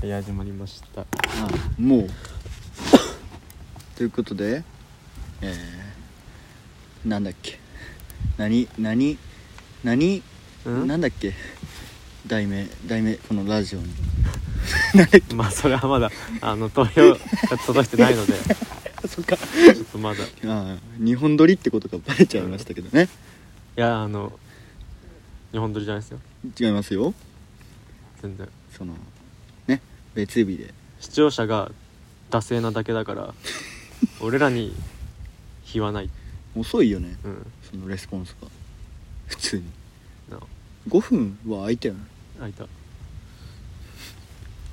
はい始まりましたもうということでえー、なんだっけ何何何うんなんだっけ題名題名このラジオにまあそれはまだあの投票が届いてないの でそっかちょっとまだいああ日本撮りってことがバレちゃいましたけどねやあの日本撮りじゃないですよ違いますよ全然そのね別日で視聴者が惰性なだけだから俺らに非はない遅いよねうんそのレスポンスが普通にな5分は空いたよねあいた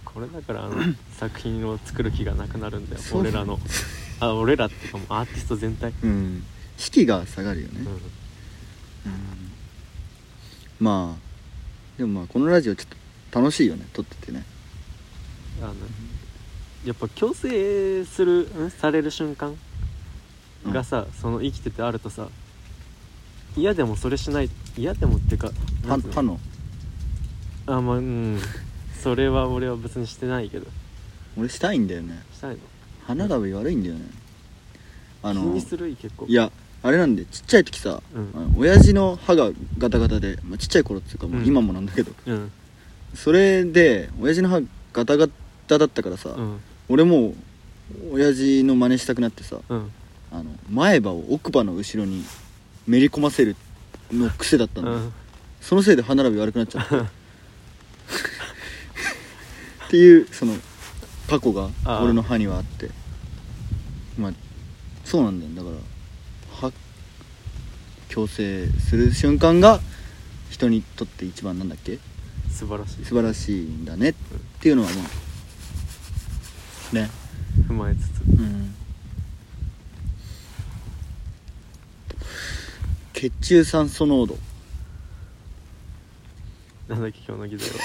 これだからあ の作品を作る気がなくなるんだよそう俺らのあ俺らっていうかもうアーティスト全体うん士気が下がるよね、うんうんまあでもまあこのラジオちょっと楽しいよね撮っててねあのやっぱ強制する、ん、される瞬間うんがさ、その生きててあるとさ嫌でもそれしない嫌でもっていうかなパんンつうのパンのあまあうんそれは俺は別にしてないけど俺したいんだよねしたいの歯並び悪いんだよねあ気のにするい結構いやあれなんでちっちゃい時さ、うんあの親父の歯がガタガタで、まあ、ちっちゃい頃っていうか、まあうん今もなんだけどうんそれで親父の歯ガタガタだったからさ、うん俺もう親父の真似したくなってさうんあの前歯を奥歯の後ろにめり込ませるの癖だったうの、んそのせいで歯並び悪くなっちゃったっていうその過去がああ俺の歯にはあってまあそうなんだよだから歯矯正する瞬間が人にとって一番なんだっけ素晴らしい素晴らしいんだねっていうのはまあね踏まえつつうん血中酸素濃度なんだっけ今日の議題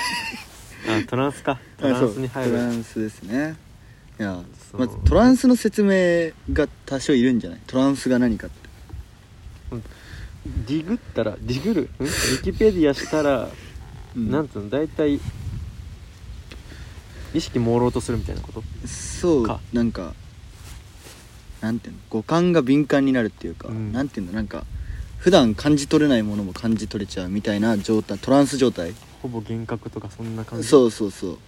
はあトランスかトあラそンうスに入トるランスですねいやそのまずトランスの説明が多少いるんじゃないトランスが何かってディグったらディグるんウィキペディアしたらうんなんつうの大体意識朦朧とするみたいなことそうかなんかなんていうの五感が敏感になるっていうか、うんなんていうんだなんか普段感じ取れないものも感じ取れちゃうみたいな状態トランス状態ほぼ幻覚とかそんな感じそうそうそう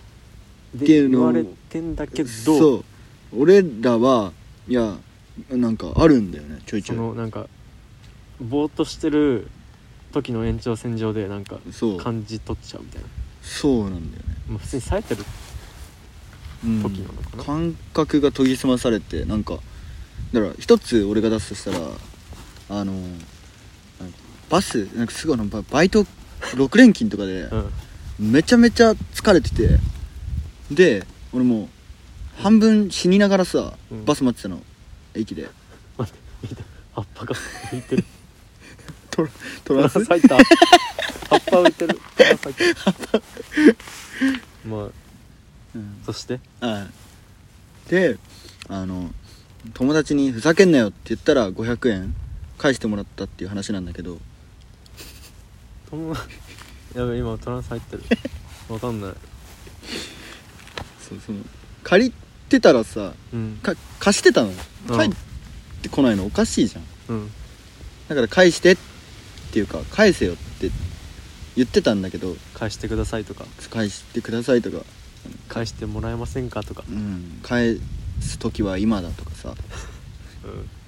でっていうの言をわれてんだけどそそう俺らはいやなんかあるんだよねちょいちょのなんかぼーっとしてる時の延長線上でなんかいそう感じ取っちゃうみたいな、そうなんだよね、まあ、普通に冴えてるうん時なのかな、感覚が研ぎ澄まされてなんかだから一つ俺が出すとしたらあのバスなんかすごいあのババイト6連勤とかでうんめちゃめちゃ疲れててで俺もう半分死にながらさうんバス待ってたの駅で待って見て葉っぱが浮いて るトラトトラランス咲いた葉っぱ浮いてるトラ咲いたまあうんそしてはいであの友達に「ふざけんなよ」って言ったら500円返してもらったっていう話なんだけど友達 やべ今トランス入ってるわかんないそうその借りてたらさうんか貸してたのようん返ってこないのおかしいじゃうんんだから返してっていうか返せよって言ってたんだけど返してくださいとか返してくださいとか、返してもらえませんかとかうん、返す時は今だとかさうん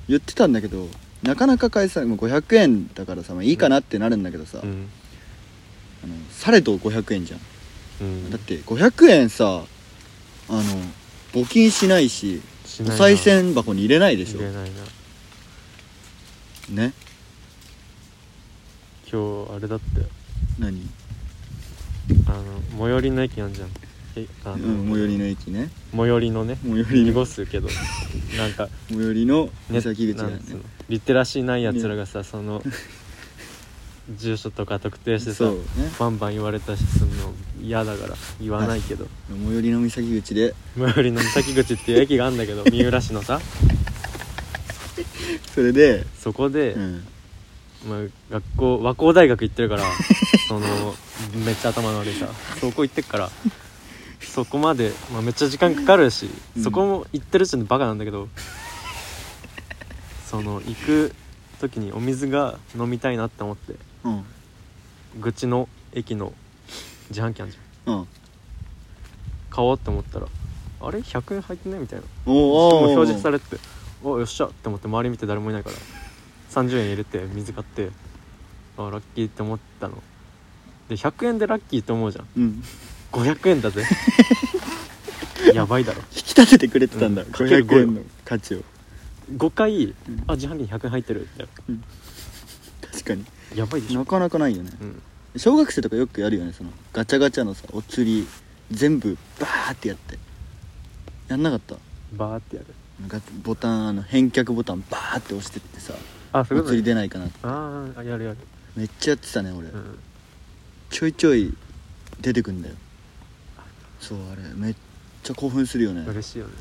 言ってたんだけどなかなか返さないもう500円だからさ、まあ、いいかなってなるんだけどさ、うんあのされど500円じゃんうんだって500円さあの募金しないししおないな賽銭箱に入れないでしょ入れないなね今日あれだって何あの最寄りの駅あんじゃんえあの、うん、最寄りの駅ね最寄りのね最寄りの濁すけどなん か最寄りのね三崎口だなよんねつうのリテラシーないやつらがさ、その住所とか特定してそさうねバンバン言われたりすんの嫌だから言わないけど最寄りの三崎口で最寄りの三崎口っていう駅があんだけど三浦市のさそれで、そこで、うん、まあ、学校和光 大学行ってるからそのめっちゃ頭の悪いさそこ行ってっからそこまで、まあ、めっちゃ時間かかるし、うんそこも行ってる時点でバカなんだけどその行く時にお水が飲みたいなって思ってうん愚痴の駅の自販機あんじゃんうん買おうって思ったらあれ100円入ってないみたいなおーしかもおー表示されてておよっしゃって思って周り見て誰もいないから30円入れて水買ってあラッキーって思ったので100円でラッキーって思うじゃんうん引500円だ ぜやばいだろき立ててくれてたんだ、うん500円の価値を5回うんあ自販機に100円入ってるって確かにやばいでしょなかなかないよねうん小学生とかよくやるよねそのガチャガチャのさお釣り全部バーってやってやんなかったバーってやるガボタンあの返却ボタンバーって押してってさあそういうおこと釣りね出ないかなあーあやるやるめっちゃやってたね俺、うんちょいちょい出てくんだよそうあれめっちゃ興奮するよね、うん嬉しいよね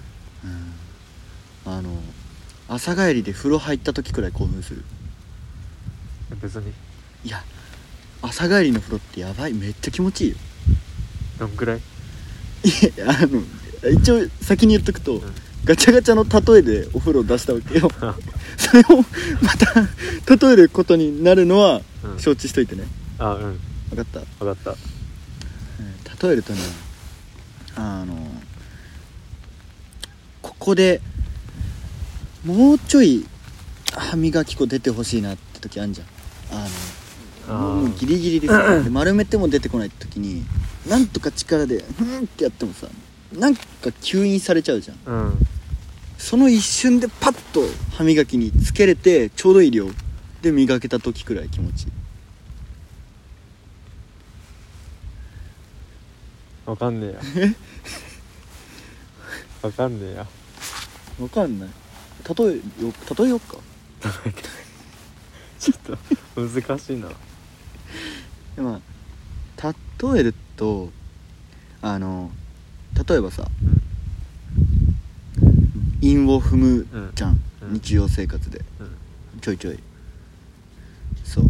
あの朝帰りで風呂入った時くらい興奮する別にいや朝帰りの風呂ってやばいめっちゃ気持ちいいよどんくらいいやあの一応先に言っとくと、んガチャガチャの例えでお風呂出したわけよそれをまた例えることになるのはうん承知しといてね、あうん分かった分かっうん例えるとねあのここでもうちょい歯磨き粉出てほしいなって時あんじゃんあたのあもうもうギーリギリでさで丸めても出てこない時になんとか力でふーんってやってもさなんか吸引されちゃうじゃんうんその一瞬でパッと歯磨きにつけれてちょうどいい量で磨けた時くらい気持ちいいわかんねえ やわかんねえやわかんない例えよ例えよっかちょっと難しいなでまあ例えるとあの例えばさ韻を踏むじゃん、うん日常生活でうんちょいちょいそう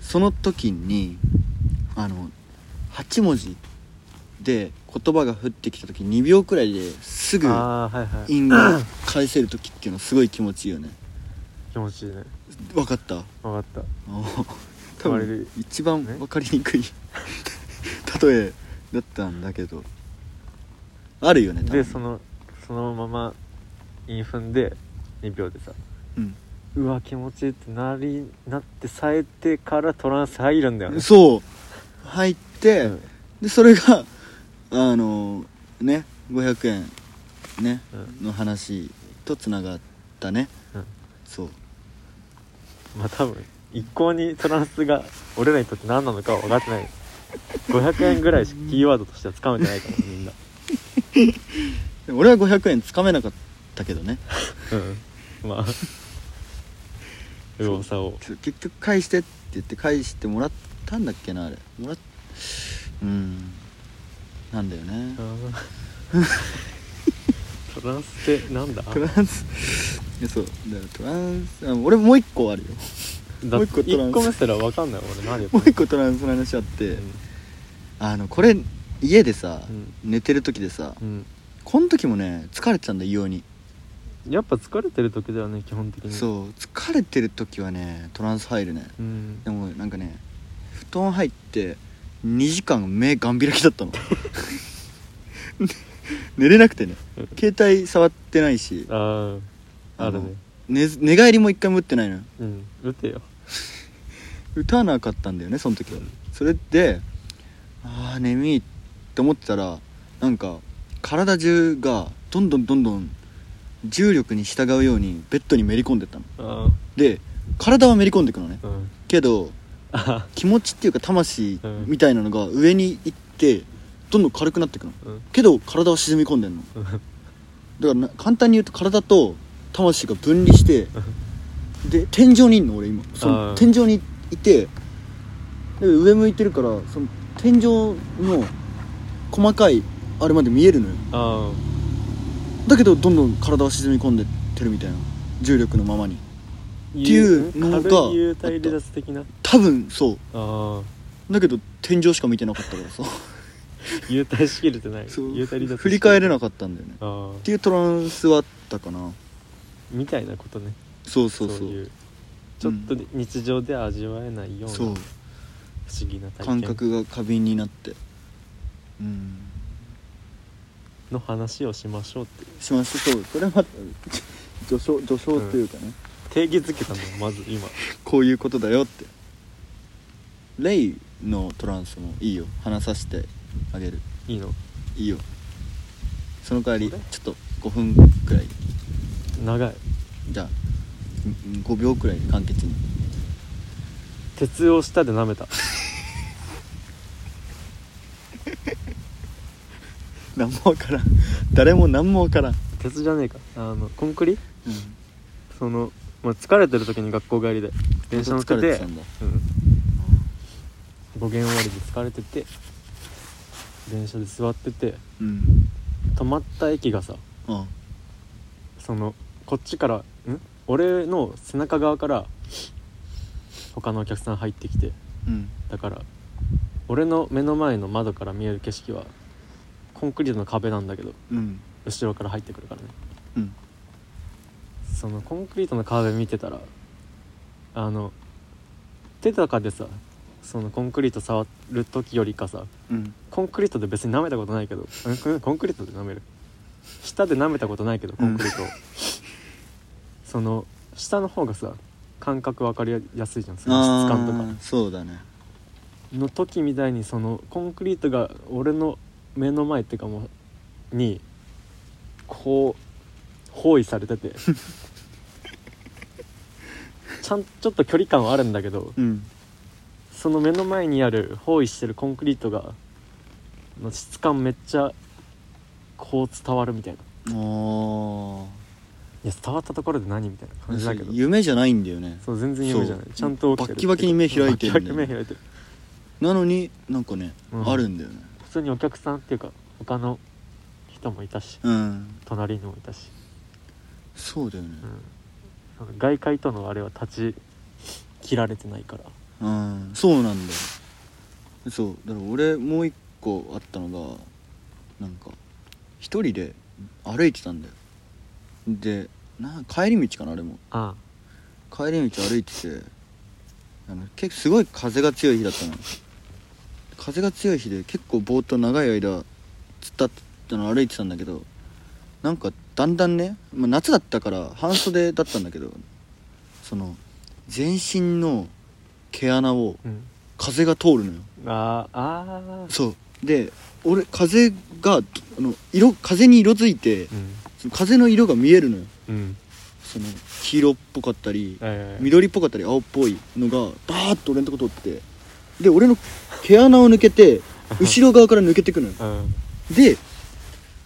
その時にあの8文字で言葉が降ってきた時2秒くらいですぐああはいはい韻を返せる時っていうのすごい気持ちいいよね気持ちいいね分かったわかったおー多分一番ね分かりにくい例えだったんだけどあるよね多分でそのそのまま韻踏んで2秒でさうんうわ気持ちいいってなりなって冴えてからトランス入るんだよねそう入って、うんでそれがあのね500円ねうんの話とつながったねうんそうまあ多分一向にトランスが俺らにとって何なのかは分かってない500円ぐらいしかキーワードとしてはつかめてないからみんなでも俺は500円つかめなかったけどねうん まあ右往左往結局返してって言って返してもらったんだっけなあれもらっうんなんだよねトランスってなんだトランスいやそうだからトランスあ俺もう一個あるよだもう一個トランス1個目すら分かんない俺何やってもんう一個トランスの話あって、あのこれ家でさ、うん寝てる時でさ、うん、うんこの時もね疲れてたんだ異様に、やっぱ疲れてる時だよね基本的にう、そう疲れてる時はねトランス入るねうんで、もなんかね布団入って2時間目ガン開き だったの寝れなくてね携帯触ってないしあああるねあの寝寝返りも一回も打ってないのようん打てよ打たなかったんだよねその時はそれでああ眠いって思ってたらなんか体中がどんどんどんどん重力に従うようにベッドにめり込んでったのあで体はめり込んでくのねあうんけどあ気持ちっていうか魂みたいなのが上に行ってどんどん軽くなってくのうんけど体は沈み込んでんのだからな簡単に言うと体と魂が分離してで天井にいんの俺今そあのー天井にいてで上向いてるからその天井の細かいあれまで見えるのよあだけどどんどん体は沈み込んでってるみたいな重力のままにっていうのが軽い幽体離脱的なあ多分そあうだけど天井しか見てなかったからさ幽体しきれてない そう幽体離脱振り返れなかっかったんだよねたああっていうトランスはあったかなみたいなことねそうそそううそういうちょっと日常で味わえないような不そう思議な体感験覚が過敏になってうんの話をしましょうってしますそうこれは序章序章というかね、定義づけたのまず今こういうことだよってレイのトランスもいいよ話させてあげるいいのいいよその代わりそちれょっと5分くらい長いじゃあうん5秒くらい簡潔に鉄を舌で舐めた何もわからん誰も何もわからん、鉄じゃねえかあのコンクリうん、その、まあ、疲れてる時に学校帰りで電車乗って疲れててたんだうん、語源終わりで疲れてて電車で座っててうん止まった駅がさあそのこっちからん俺の背中側から他のお客さん入ってきてうんだから俺の目の前の窓から見える景色はコンクリートの壁なんだけどうん後ろから入ってくるからねうんそのコンクリートの壁見てたらあの手とかでさそのコンクリート触る時よりかさうんコンクリートで別に舐めたことないけどんコンクリートで舐める下で舐めたことないけどコンクリートを、その下の方がさ感覚分かりやすいじゃんその質感とあかーそうだねの時みたいにそのコンクリートが俺の目の前っていうかもうにこう包囲されて てちゃんちょっと距離感はあるんだけどうんその目の前にある包囲してるコンクリートがの質感めっちゃこう伝わるみたいないあや伝わったところで何みたいな感じだけあど夢じゃないんだよねそう全然夢じゃないそうちゃんと起きてるバッキバキに目開いてるんだよバッキバキ目開いてるなのになんかね、うんあるんだよね普通にお客さんっていうか他の人もいたしうん隣にもいたし、そうだよねうん、その外界とのあれは立ち切られてないからうん、そうなんだよそうだから俺もう一個あったのがなんか一人で歩いてたんだよでな帰り道かなあれもあ帰り道歩いててあの結構すごい風が強い日だったの風が強い日で結構ぼーっと長い間突っ立っての歩いてたんだけどなんかだんだんね、まあ、夏だったから半袖だったんだけどその全身の毛穴をあうん風が通るのよあーあーそうで俺風があの色風に色づいうてんその風の色が見えるのようんその黄色っぽかったりえー、緑っぽかったり青っぽいのがバーッと俺のとこ通ってで俺の毛穴を抜 けて後ろ側から抜けてくのようんで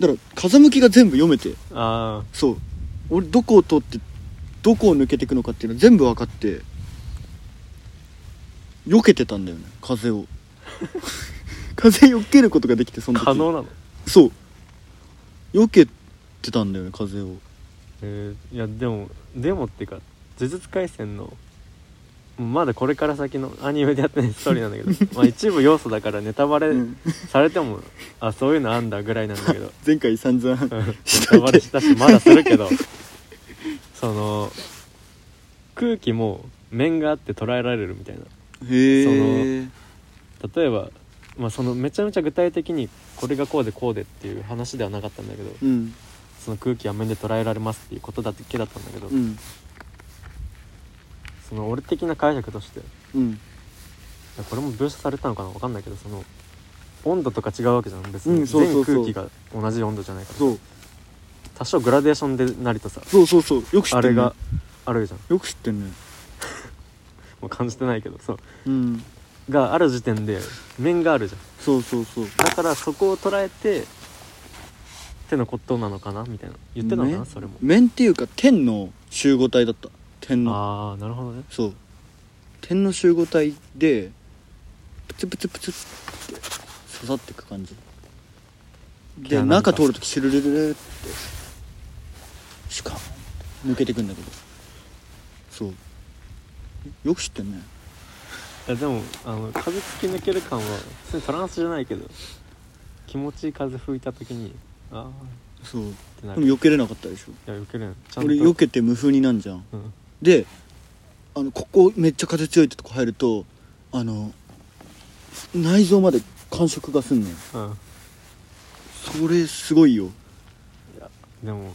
だから風向きが全部読めてあそう俺どこを通ってどこを抜けてくのかっていうの全部分かって避けてたんだよね風を 風避けることができてそのあ時可能なのそう避けてたんだよね風をえーいやでもでもっていうか「呪術廻戦の」まだこれから先のアニメでやってないストーリーなんだけ どまあ一部要素だからネタバレうん されても、あそういうのあんだぐらいなんだけど前回散々うんネしとタいバてレしたしまだするけど その空気も面があって捉えられるみたいなへえ例えば、まあ、そのめちゃめちゃ具体的にこれがこうでこうでっていう話ではなかったんだけどうんその空気は面で捉えられますっていうことだけだったんだけど、うんその俺的な解釈としてうんいやこれも描写されたのかなわかんないけどその温度とか違うわけじゃん別うにんそうそ全うそう空気が同じ温度じゃないからそう多少グラデーションでなりとさそうそうそうよく知っあてれるねがあるじゃんよく知ってんねもう感じてないけどそううんがある時点で面があるじゃんそうそうそうだからそこを捉えてってのことなのかなみたいな言ってたのかな面それも面っていうか天の集合体だった天のああなるほどねそう天の集合体でプツプツプツって刺さってく感じ毛で穴に中通るときシュルルルルってシュカーン抜けてくんだけどそうよく知ってんねいやでもあの風突き抜ける感は別にトランスじゃないけど気持ちいい風吹いた時にああっそうてなでるもい避けれなかったでしょや避けるんちゃんと俺避けて無風になんじゃんうんであのここめっちゃ風強いってとこ入るとあの内臓まで感触がすんねんうんそれすごいよでも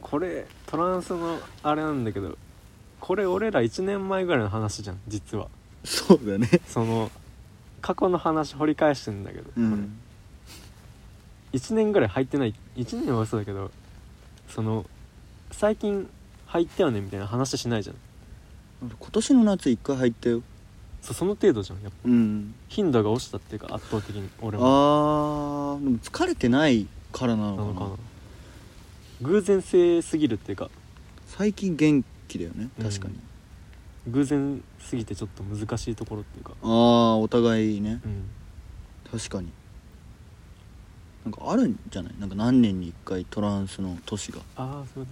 これトランスのあれなんだけどこれ俺ら1年前ぐらいの話じゃん実はそうだねその過去の話掘り返してんだけど、うこれん1年ぐらい入ってない1年は嘘だけどその最近入ったよねみたいな話しないじゃん俺今年の夏一回入ったよそその程度じゃんやっぱうん頻度が落ちたっていうか圧倒的に俺もあーでも疲れてないからななのかのなかな偶然性すぎるっていうか最近元気だよねうん確かに、偶然すぎてちょっと難しいところっていうかああお互いねうん確かになんかあるんじゃないなんか何年に一回トランスの都市がああそうだ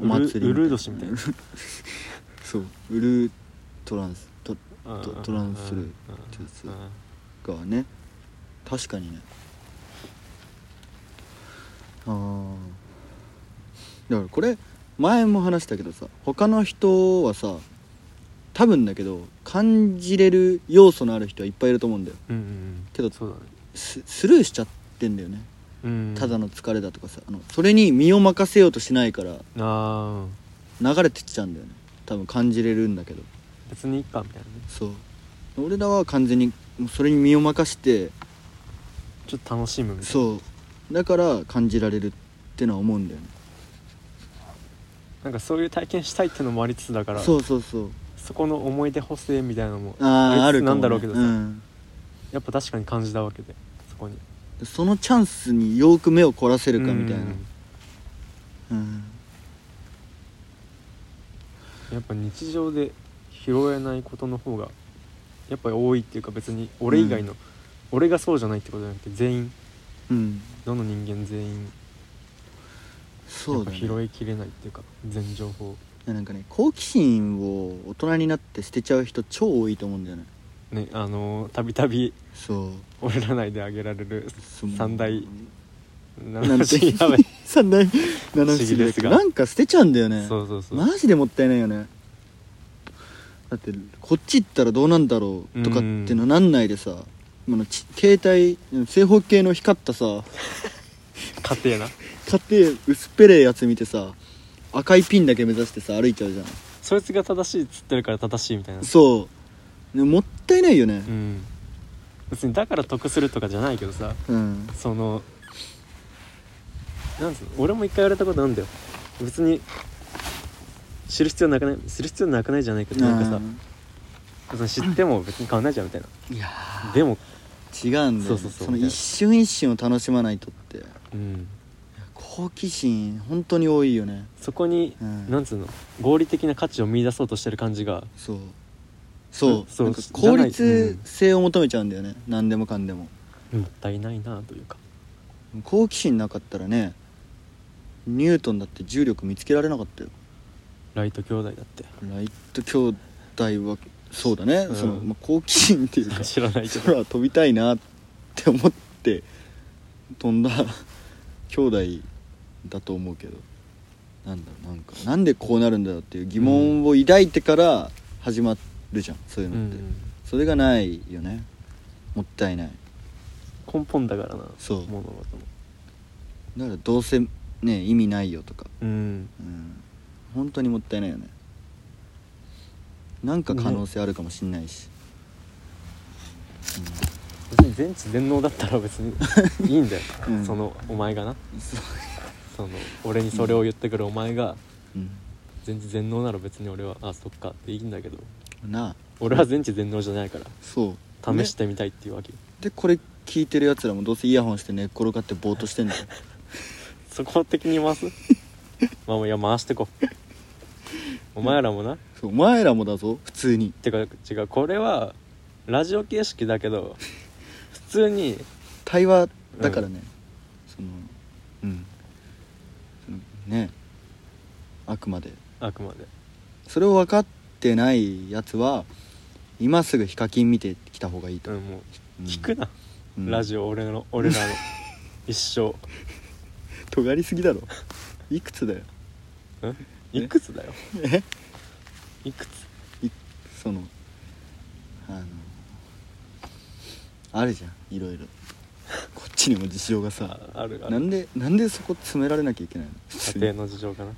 お祭りウルウルード氏みたい なそうウルトランスとうんトトランスするうんちょっとうんがね確かにねあーだからこれ前も話したけどさ他の人はさ多分だけど感じれる要素のある人はいっぱいいると思うんだようんうんうんけどそうだねススルーしちゃってんだよねうんただの疲れだとかさあのそれに身を任せようとしないからああ流れてっちゃうんだよね多分感じれるんだけど別にいいかみたいなねそう俺らは完全にもうそれに身を任してちょっと楽しむみたいなうそうだから感じられるってのは思うんだよねなんかそういう体験したいっていうのもありつつだからそうそうそうそこの思い出補正みたいなのもあああありつつるかも、ね、なんだろうけどさ、んやっぱ確かに感じたわけでそこにそのチャンスによく目を凝らせるかみたいうなんうんやっぱ日常で拾えないことの方がやっぱり多いっていうか別に俺以外の、俺がそうじゃないってことじゃなくて全員うんどの人間全員やそっうぱだね拾いきれないっていうか全情報いやなんかね好奇心を大人になって捨てちゃう人超多いと思うんだよねねあのーたびたびそう俺ら内で挙げられるそう三大なんて七不思議三大七不不思思議議でですすががなんか捨てちゃ うんだよねそうそうそう、マジでもったいないよねだってこっち行ったらどうなんだろうとかってのなんないでさ今のち携帯正方形の光ったさ勝手やな買って薄っぺれえやつ見てさ赤いピンだけ目指してさ歩いちゃうじゃんそいつが正しいっつってるから正しいみたいなそうねもったいないよねうん別にだから得するとかじゃないけどさうんそのなんつうの俺も一回言われたことあるんだよ別に知る必要なくない知る必要なくないじゃないけどなんかさ別に知っても別に変わんないじゃんみたいなさいやでもー違うんだよねそうそうそうその一瞬一瞬を楽しまないとってうん好奇心本当に多いよねそこに、うんなんつうの合理的な価値を見出そうとしてる感じがそうそううんそうなんかじ効ゃない率性を求めちゃうんだよね、何でもかんでももったいないなというか好奇心なかったらねニュートンだって重力見つけられなかったよライト兄弟だってライト兄弟はそうだね、うんその、まあ、好奇心っていうか知らないけど空飛びたいなって思って飛んだ兄弟だと思うけどなんだろうなんかなんでこうなるんだろうっていう疑問を抱いてから始まるじゃんそういううのって、んそれがないよねもったいない根本だからなそう物事もだからどうせね意味ないよとかうんうん本当にもったいないよねなんか可能性あるかもしんないし、別に全知全能だったら別にいいんだよ、 うんそのお前がなうんそうその俺にそれを言ってくるお前がうん全知全能なら別に俺はあそっかっていいんだけどなあ俺は全知全能じゃないからそう試しててみたいっていうわけ、でこれ聞いてるやつらもどうせイヤホンして寝っ転がってぼーっとして んだよそこを敵に 回すまあまあいや回してこうお前らもなそうお前らもだぞ普通にてか違うこれはラジオ形式だけど普通に対話だからね、そのうんそのねあくまであくまでそれを分かってないやつは今すぐヒカキン見てきた方がいいと、うんもううん聞くな、うんラジオ俺の俺ら の一生尖りすぎだろいくつだよんいくつだよえいくついそのあのあるじゃんいろ いろこっちにも事情があさあるあなるんでなんでそこ詰められなきゃいけないの普通家に庭の事情かな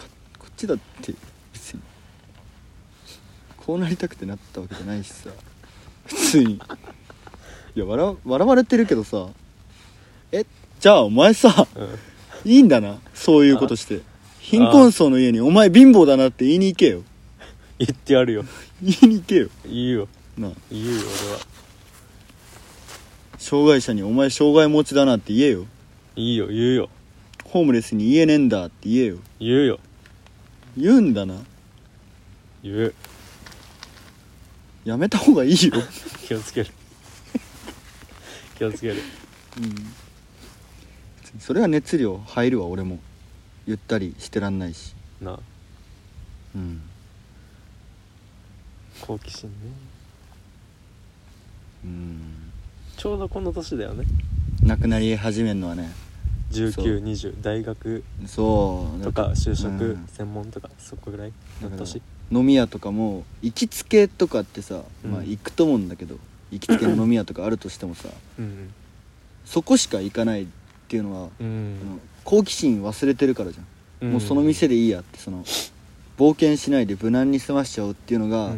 かこっちだって別にこうなりたくてなったわけじゃないしさ普通にいや笑わ笑われてるけどさえじゃあお前さうんいいんだなそういうことして貧困層の家に「お前貧乏だな」って言いに行けよ言ってやるよ言いに行けよ言うよなあ言うよ俺は障害者に「お前障害持ちだな」って言えよいいよ言うよホームレスに言えねえんだって言えよ言うよ言うんだな言うやめた方がいいよ気をつ ける気をつけるうんそれは熱量入るわ俺もゆったりしてらんないしなあうん好奇心ねうんちょうどこの年だよねなくなり始めるのはねそう1920大学そうとか就職うん専門とかそこぐらいの年飲み屋とかも行きつけとかってさ、うんまあ行くと思うんだけど行きつけの飲み屋とかあるとしてもさうんそこしか行かないっていうのは、うあのん好奇心忘れてるからじゃん、うんもうその店でいいやってその冒険しないで無難に済ましちゃおうっていうのが、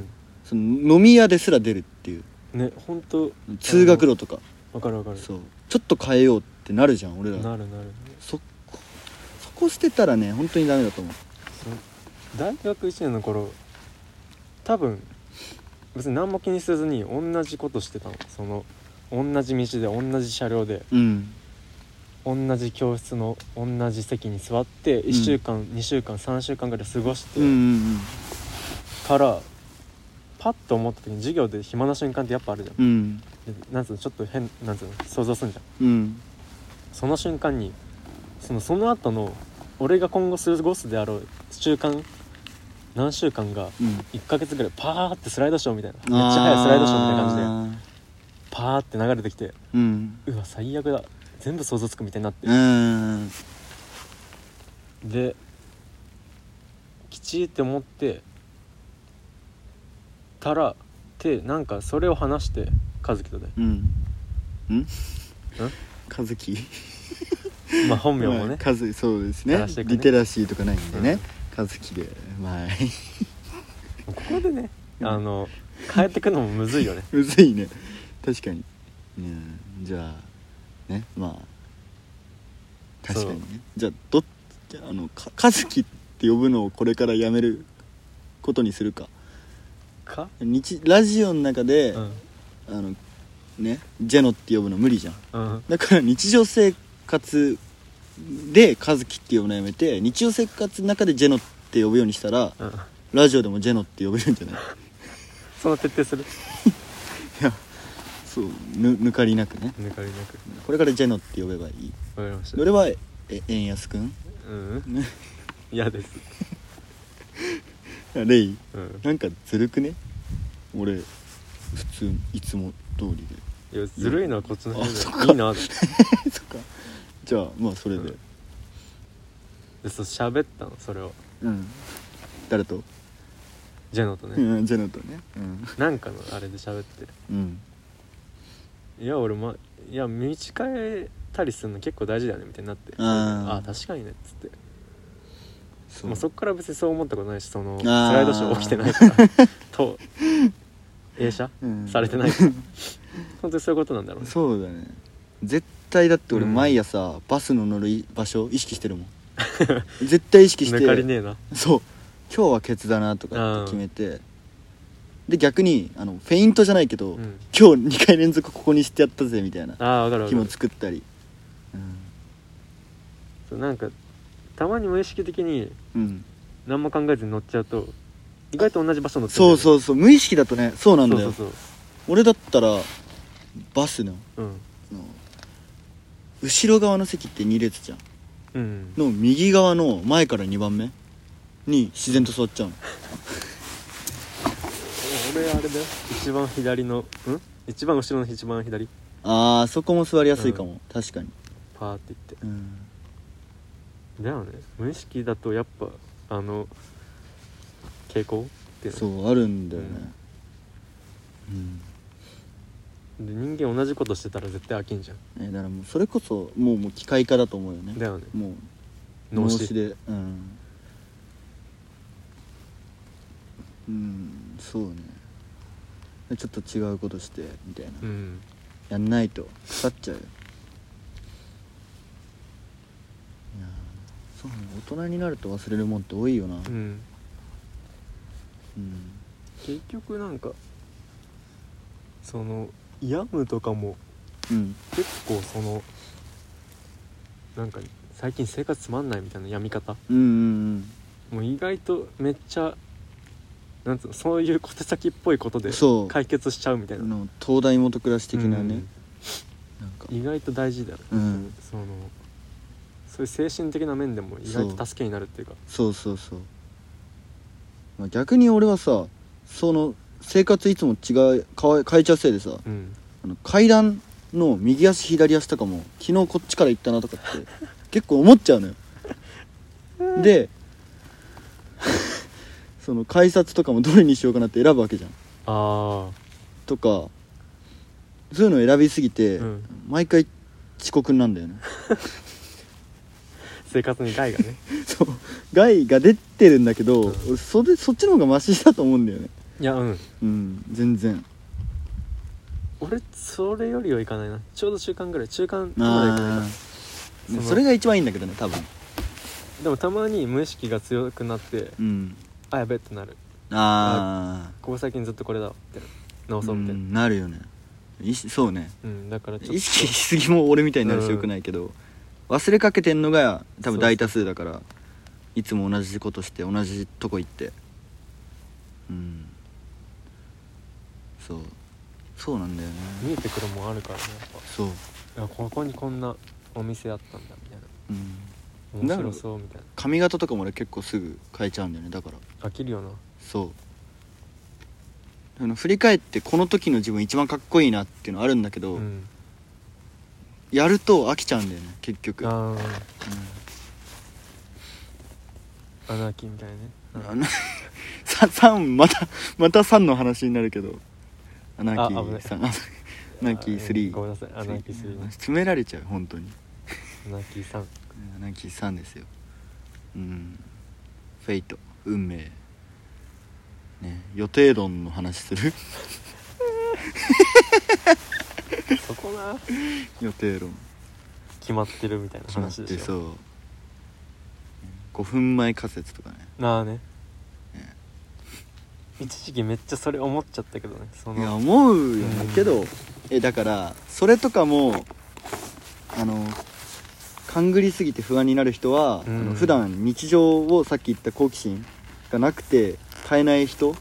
その飲み屋ですら出るっていううんね本当通学路とかわかるわかるそうちょっと変えようってなるじゃん俺らなるなるそこそこ捨てたらね本当にダメだと思うその大学1年の頃多分別に何も気にせずに同じことしてたのその同じ道で同じ車両でうん同じ教室の同じ席に座って1週間、2週間3週間ぐらい過ごしてうんうんからパッと思った時に授業で暇な瞬間ってやっぱあるじゃんうんうんでなんつうのちょっと変なんつうの想像すんじゃんうんその瞬間にそのその後の俺が今後過ごすであろう週間何週間がうん1ヶ月ぐらいパーってスライドショーみたいなめっちゃ速いスライドショーみたいな感じで感じパーって流れてきてでうんうわ最悪だ全部想像つくみたいになって、うんできちいって思ってたらってなんかそれを話して和樹とねうんうん和樹まあ本名もまあね和樹そうですやねらしていくねリテラシーとかないんでうんね和樹でまあここでねうんあの変えてくのもむずいよねむずいね確かにうんじゃあねまあ確かにねじゃあどっじゃああのか和樹って呼ぶのをこれからやめることにするかか日ラジオの中で、うんあのねジェノって呼ぶの無理じゃんうんだから日常生活で和樹って呼ぶのやめて日常生活の中でジェノって呼ぶようにしたらうんラジオでもジェノって呼べるんじゃない その徹底するいやそうぬ抜かりなくね抜かりなくこれからジェノって呼べばいいわかりましたそれはえ円安くんうんね嫌ですレイうんなんかずるくね俺普通いつも通りで いやずるいのはこっちのあそっ方かでいいなでそっかじゃあまあそれでうんでそう喋ったのそれをうん、誰と、ジェノとね、うん、ジェノとねうん、なんかのあれで喋ってうん、いや俺まいや道変えたりするの結構大事だよねみたいになってああー確かにねっつってそまあ、そっから別にそう思ったことないしそのあースライドショー起きてないから と映写、うんされて ないから本当にそういうことなんだろうねそうだね絶対だって俺うん毎朝、バスの乗る場所意識して るもん絶対意識して抜かりねえなそう今日はケツだなとかって決めてで逆にあのフェイントじゃないけど、うん今日2回連続ここにしてやったぜみたいなああ分かる気も分か作ったりるそうなんかたまに無意識的にうん、うん、何も考えずに乗っちゃうと意外と同じ場所乗ってそううそうそう無意識だとねそうなんだよそうそう俺だったらバスのそううんあの後ろ側の席って2列じゃんうんの右側の前から2番目に自然と座っちゃうの俺あれだよ一番左のん一番後ろの一番左あーそこも座りやすいかも、確かにパーっていってうんだよね無意識だとやっぱあの傾向っていうのそうあるんだよねうん、で人間同じことしてたら絶対飽きんじゃんえだからもうそれこそもうもう機械化だと思うよねだよねもう脳脳死死でうん、うん、そうねでちょっと違うことしてみたいな、うんやんないと腐っちゃうよいやーそうね大人になると忘れるもんって多いよなう、うんん結局なんかその病むとかもうん結構そのなんか最近生活つまんないみたいな病み方うんうんもう意外とめっちゃなんつうのそういう小手先っぽいことうでんそう解決しちゃうみたいなの東大元暮らし的なね、なんかうん意外と大事だよねうんそのそういう精神的な面でも意外と助けになるっていうかそうそうそう、まあ、逆に俺はさその生活いつも違う変え変えちゃうせいでさうんあの階段の右足左足とかも昨日こっちから行ったなとかって結構思っちゃうのよで その改札とかもどれにしようかなって選ぶわけじゃんああとかそういうの選びすぎて、うん毎回遅刻なんだよね 生活に害が ねそう害が出てるんだけど、うん俺それそっちの方がマシだと思うんだよねいやうんうん全然俺それよりはいかないなちょうど中間ぐらい中間まではいかないあかーそのそれが一番いいんだけどね多分でもたまに無意識が強くなってうんあやべってなるあここ最近ずっとこれだって直あそうみたいななるよねいしそうねうんだからちょっと意識しすぎも俺みたいになるうしんよくないけど、忘れかけてんのが多分大多数だからいつも同じことして同じとこ行ってうんそうそうなんだよね見えてくるもんあるからねやっぱそう、いやここにこんなお店あったんだみたいな面うん、白そうみたい髪型とかも俺結構すぐ変えちゃうんだよねだからな飽きるよなそうあの振り返ってこの時の自分一番かっこいいなっていうのあるんだけど、うんやると飽きちゃうんだよね結局、うん、ああアナーキーみたいなねあの ささんまたまた3の話になるけどアナーキあ危ないーさんアナーキーあごめん3なさいアナーキー3ね詰められちゃう本当にアナーキー3アナーキー3ですようんフェイト運命ね予定論の話する そこな予定論決まってるみたいな決まっ話でてしそょう5分前仮説とかねなあねね一時期めっちゃそれ思っちゃったけどねそいやの思うよねうんけどえだからそれとかもあの勘ぐりすぎて不安になる人は、うんあの普段日常をさっき言った好奇心がなくて変えない人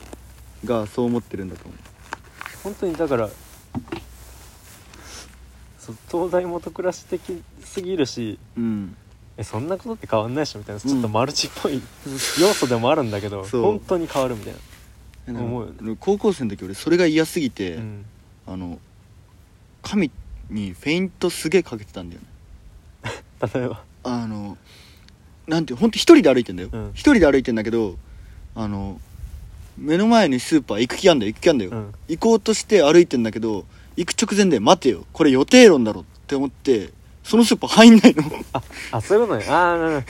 がそう思ってるんだと思本当にだからそう東大元暮らし的すぎるしううんえそんなことって変わんないっしょみたいなちょっとマルチっぽい要素でもあるんだけど そう本当に変わるみたいな思うよねあの高校生の時俺それが嫌すぎて、うんあの神にフェイントすげえかけてたんだよね例えばあのなんてほんと一人で歩いてんだよ一、うん人で歩いてんだけどあの目の前にスーパー行く気あんだよ行く気あんだよ、うん行こうとして歩いてんだけど行く直前で待てよこれ予定論だろって思ってそのスーパー入んないのああそういうことねあ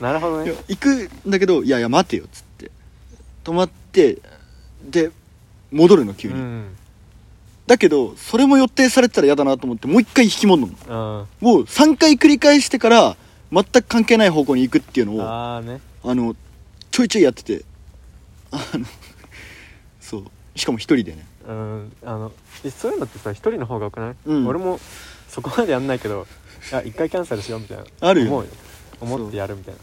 あなるほどなるほど いやね行くんだけどいやいや待てよっつって止まってで戻るの急うに、んだけどそれも予定されてたら嫌だなと思ってもう一回引き戻るのあを3回繰り返してから全く関係ない方向に行くっていうのーをあーねあのちょいちょいやっててあのそうしかも一人でねうんあのえそういうのってさ一人の方が良くない、うん俺もそこまでやんないけどあ一回キャンセルしようみたいなあるよ思うよ思ってやるみたい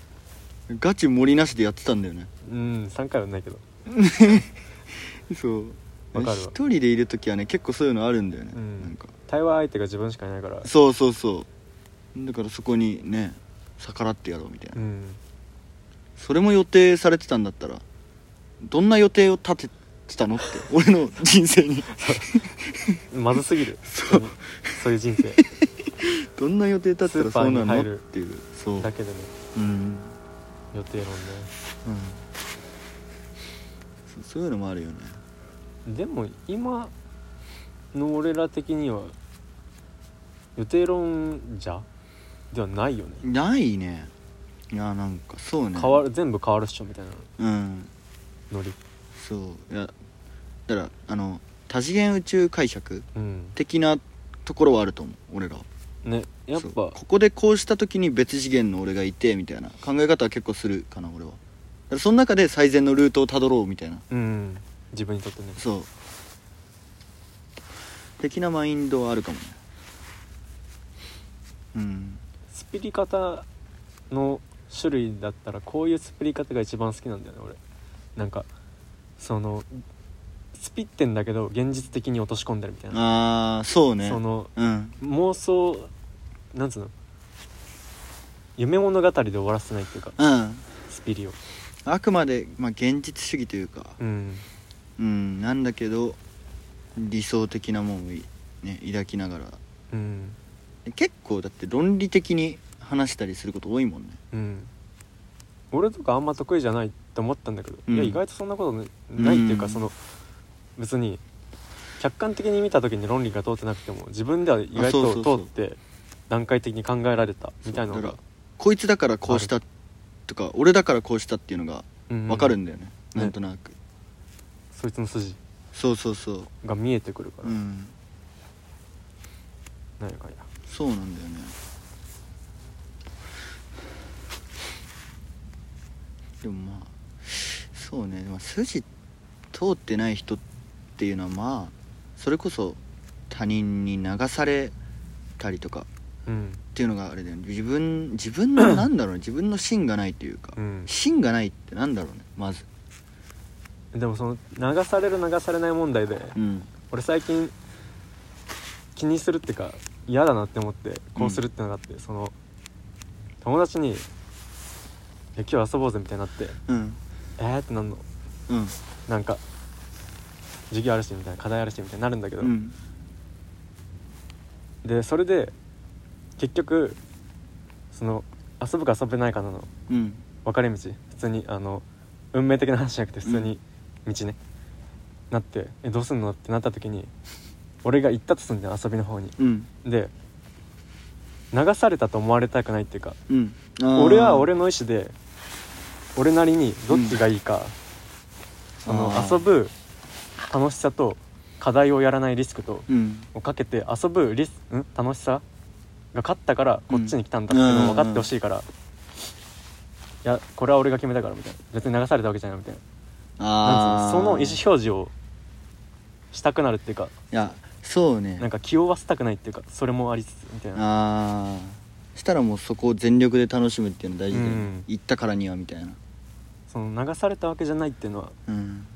なガチ盛りなしでやってたんだよねうん3回はないけどそうわかるわ一人でいる時はね結構そういうのあるんだよね、うんなんか対話相手が自分しかいないからそうそうそうだからそこにね逆らってやろうみたいな、うんそれも予定されてたんだったらどんな予定を立てってたのって俺の人生 にまずすぎる そう本当にそういう人生どんな予定立ったらそスうなーパーのにっ入るていうそう、だけでねうん予定論ねうんそうそういうのもあるよねでも今の俺ら的には予定論じゃではないよねないねいやなんかそうね変わる全部変わるっしょみたいなうんノリそういやだからあの多次元宇宙解釈うん的なところはあると思う俺らはねやっそうぱここでこうした時に別次元の俺がいてみたいな考え方は結構するかな俺はだからその中で最善のルートをたどろうみたいなうん自分にとってねそう的なマインドはあるかもねうんスピリ方の種類だったらこういうスピリ方が一番好きなんだよね俺なんかそのスピってんだけど現実的に落とし込んでるみたいな、ああそうねそのうん妄想なんつうの夢物語で終わらせないっていうかうんスピリをあくまで、まあ、現実主義というかうんうんなんだけど理想的なもんをい、ね、抱きながらうん結構だって論理的に話したりすること多いもんねうん俺とかあんま得意じゃないって思ったんだけど、うんいや意外とそんなことねないっていうか、うんその別に客観的に見た時に論理が通ってなくても自分では意あ外そうそうそと通うって段階的に考えられたみたいなのだかがらこいつだからこうしたとか俺だからこうしたっていうのが分分かるんだよね、うんなんとなく、そいつの筋そうそうそうが見えてくるから、うんなんやかんやそうなんだよねでもまあそうね、まあ、筋通ってない人っていうのはまあそれこそ他人に流されたりとかうんっていうのがあれだよね自分自 分のなんだろうね自分の芯がないっていうか、うん芯がないってなんだろうねまずでもその流される流されない問題で、うん俺最近気にするってか嫌だなって思ってこうするってのがあって、その友達にいや「今日遊ぼうぜ」みたいになってうん「えー?」ってなんのうんなんか授業あるしみたいな課題あるしみたいになるんだけど、うんでそれで結局その遊ぶか遊べないかなのうん分かれ道普通にあの運命的な話じゃなくて普通に道ね、なって「えどうすんの?」ってなった時に俺が行ったとすんだよ遊びの方に。うんで流されたと思われたくないっていうかうんあー俺は俺の意思で俺なりにどっちがいいか、そのあー遊ぶ楽しさと課題をやらないリスクとうんをかけて遊ぶリスん楽しさが勝ったからこっちに来たんだっていうのを分かってほしいから、いやこれは俺が決めたからみたいな別に流されたわけじゃないみたいななんあつうーのその意思表示をしたくなるっていうかいやそうねなんか気負わせたくないっていうかそれもありつつみたいなああしたらもうそこを全力で楽しむっていうの大事だよね、うん行ったからにはみたいなその流されたわけじゃないっていうのはうん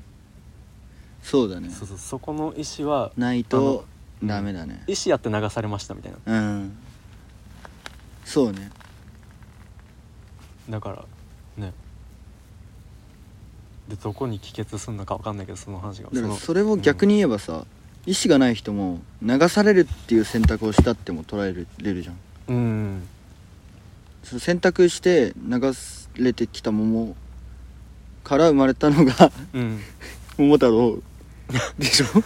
そうだねそうそうそこの意思はないとダメだね意思やって流されましたみたいなうんそうねだからねでどこに帰結するのか分かんないけどその話がだからのそれを逆に言えばさ、意思がない人も流されるっていう選択をしたっても捉えれるじゃんうん、うんその選択して流されてきた桃から生まれたのが うん、 桃太郎でしょそう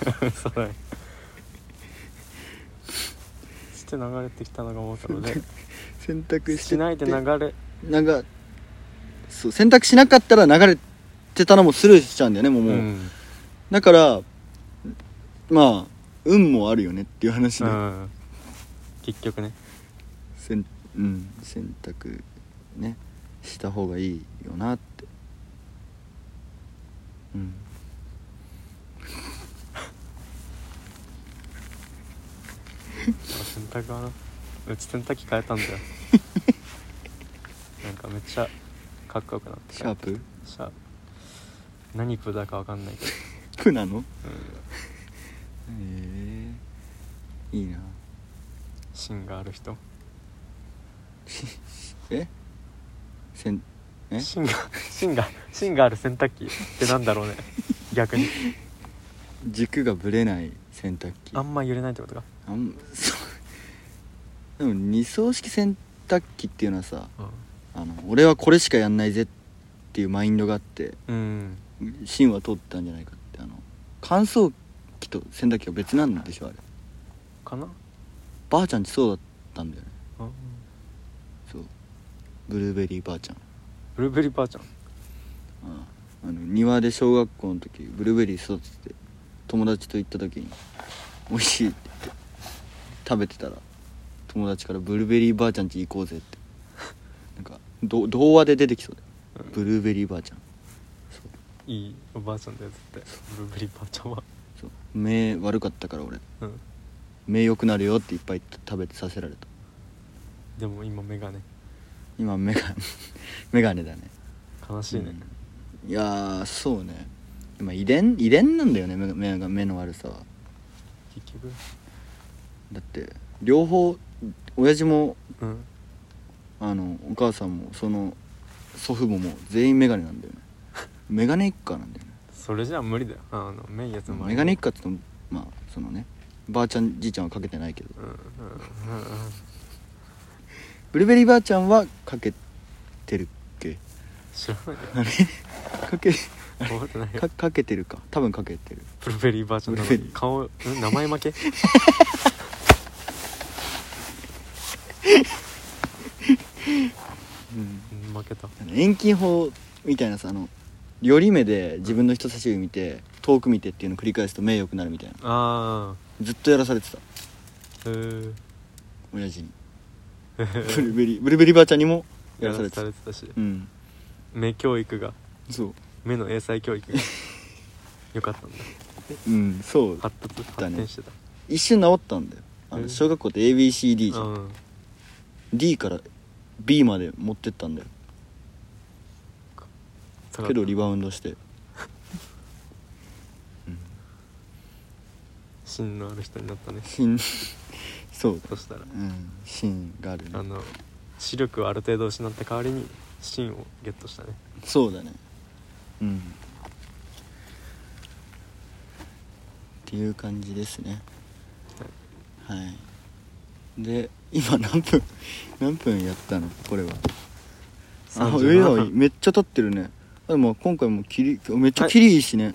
だね して流れてきたのが思ったので選択してしないで流れなんかそう選択しなかったら流れてたのもスルーしちゃうんだよねもう、うんだからまあ運もあるよねっていう話うで、ん結局ねせんうん、選択ねした方がいいよなってうん洗濯はなうち洗濯機変えたん だよなんかめっちゃかっこよくなってシャープシャープ何プだかわかんないけどプなのうんへえいいな芯がある人えせんえ 芯が芯が芯がある洗濯機ってなんだろうね逆に軸がぶれない洗濯機あんま揺れないってことか、あん そうでも二層式洗濯機っていうのはさあの俺はこれしかやんないぜっていうマインドがあってうん、うん、芯は通ったんじゃないかってあの乾燥機と洗濯機は別なんでしょあれかなばあちゃんちそうだったんだよねあそうブルーベリーばあちゃんブルーベリーばあちゃんああの庭で小学校の時ブルーベリー育てて友達と行った時に「美味しい」って言って食べてたら友達から「ブルーベリーばあちゃん家行こうぜ」って なんかど童話で出てきそうでうんブルーベリーばあちゃんそういいおばあちゃんだよ絶対ブルーベリーばあちゃんはそう目悪かったから俺うん目良くなるよっていっぱい食べてさせられたでも今目がね今メ ガメガネだね悲しいね、うんいやーそうね今遺伝遺伝なんだよね目が目が目の悪さは結局だって両方親父もうんあのお母さんもその祖父母も全員メガネなんだ よねメガネ一家なんだよねそれじゃ無理だよあのメインやつもあメるガネ一家って言ってもまあそのねばあちゃんじいちゃんはかけてないけどうんうんうんうんブルーベリーばあちゃんはかけてるっけ知らないよあれかけ覚えてないよ かかけてるか多分かけてるブルーベリーばあちゃんなのブルーにベリー顔ん名前 負けうんうん負けた遠近法みたいなさあの寄り目で自分の人差し指見て遠く見てっていうのを繰り返すと目良くなるみたいなあずっとやらされてたあうん親父に ブルーベリーブルーベリーばあちゃんにもやや ららされてたされてたしうん目教育がそう目の英才教 育がよかったんだうんそう発達だ発ね展してた、一瞬治ったんだよあえの小学校って ABCD じゃうんん D から B まで持ってったんだよ下がったけどリバウンドして芯のある人になったね芯そうだそしたらうん芯があるあねの視力をある程度失った代わりに芯をゲットしたねそうだねうんっていう感じですねはいで今何分何分やったのこれはあ37 上はめっちゃ経ってるねでも今回もキリめっちゃキリいいしね、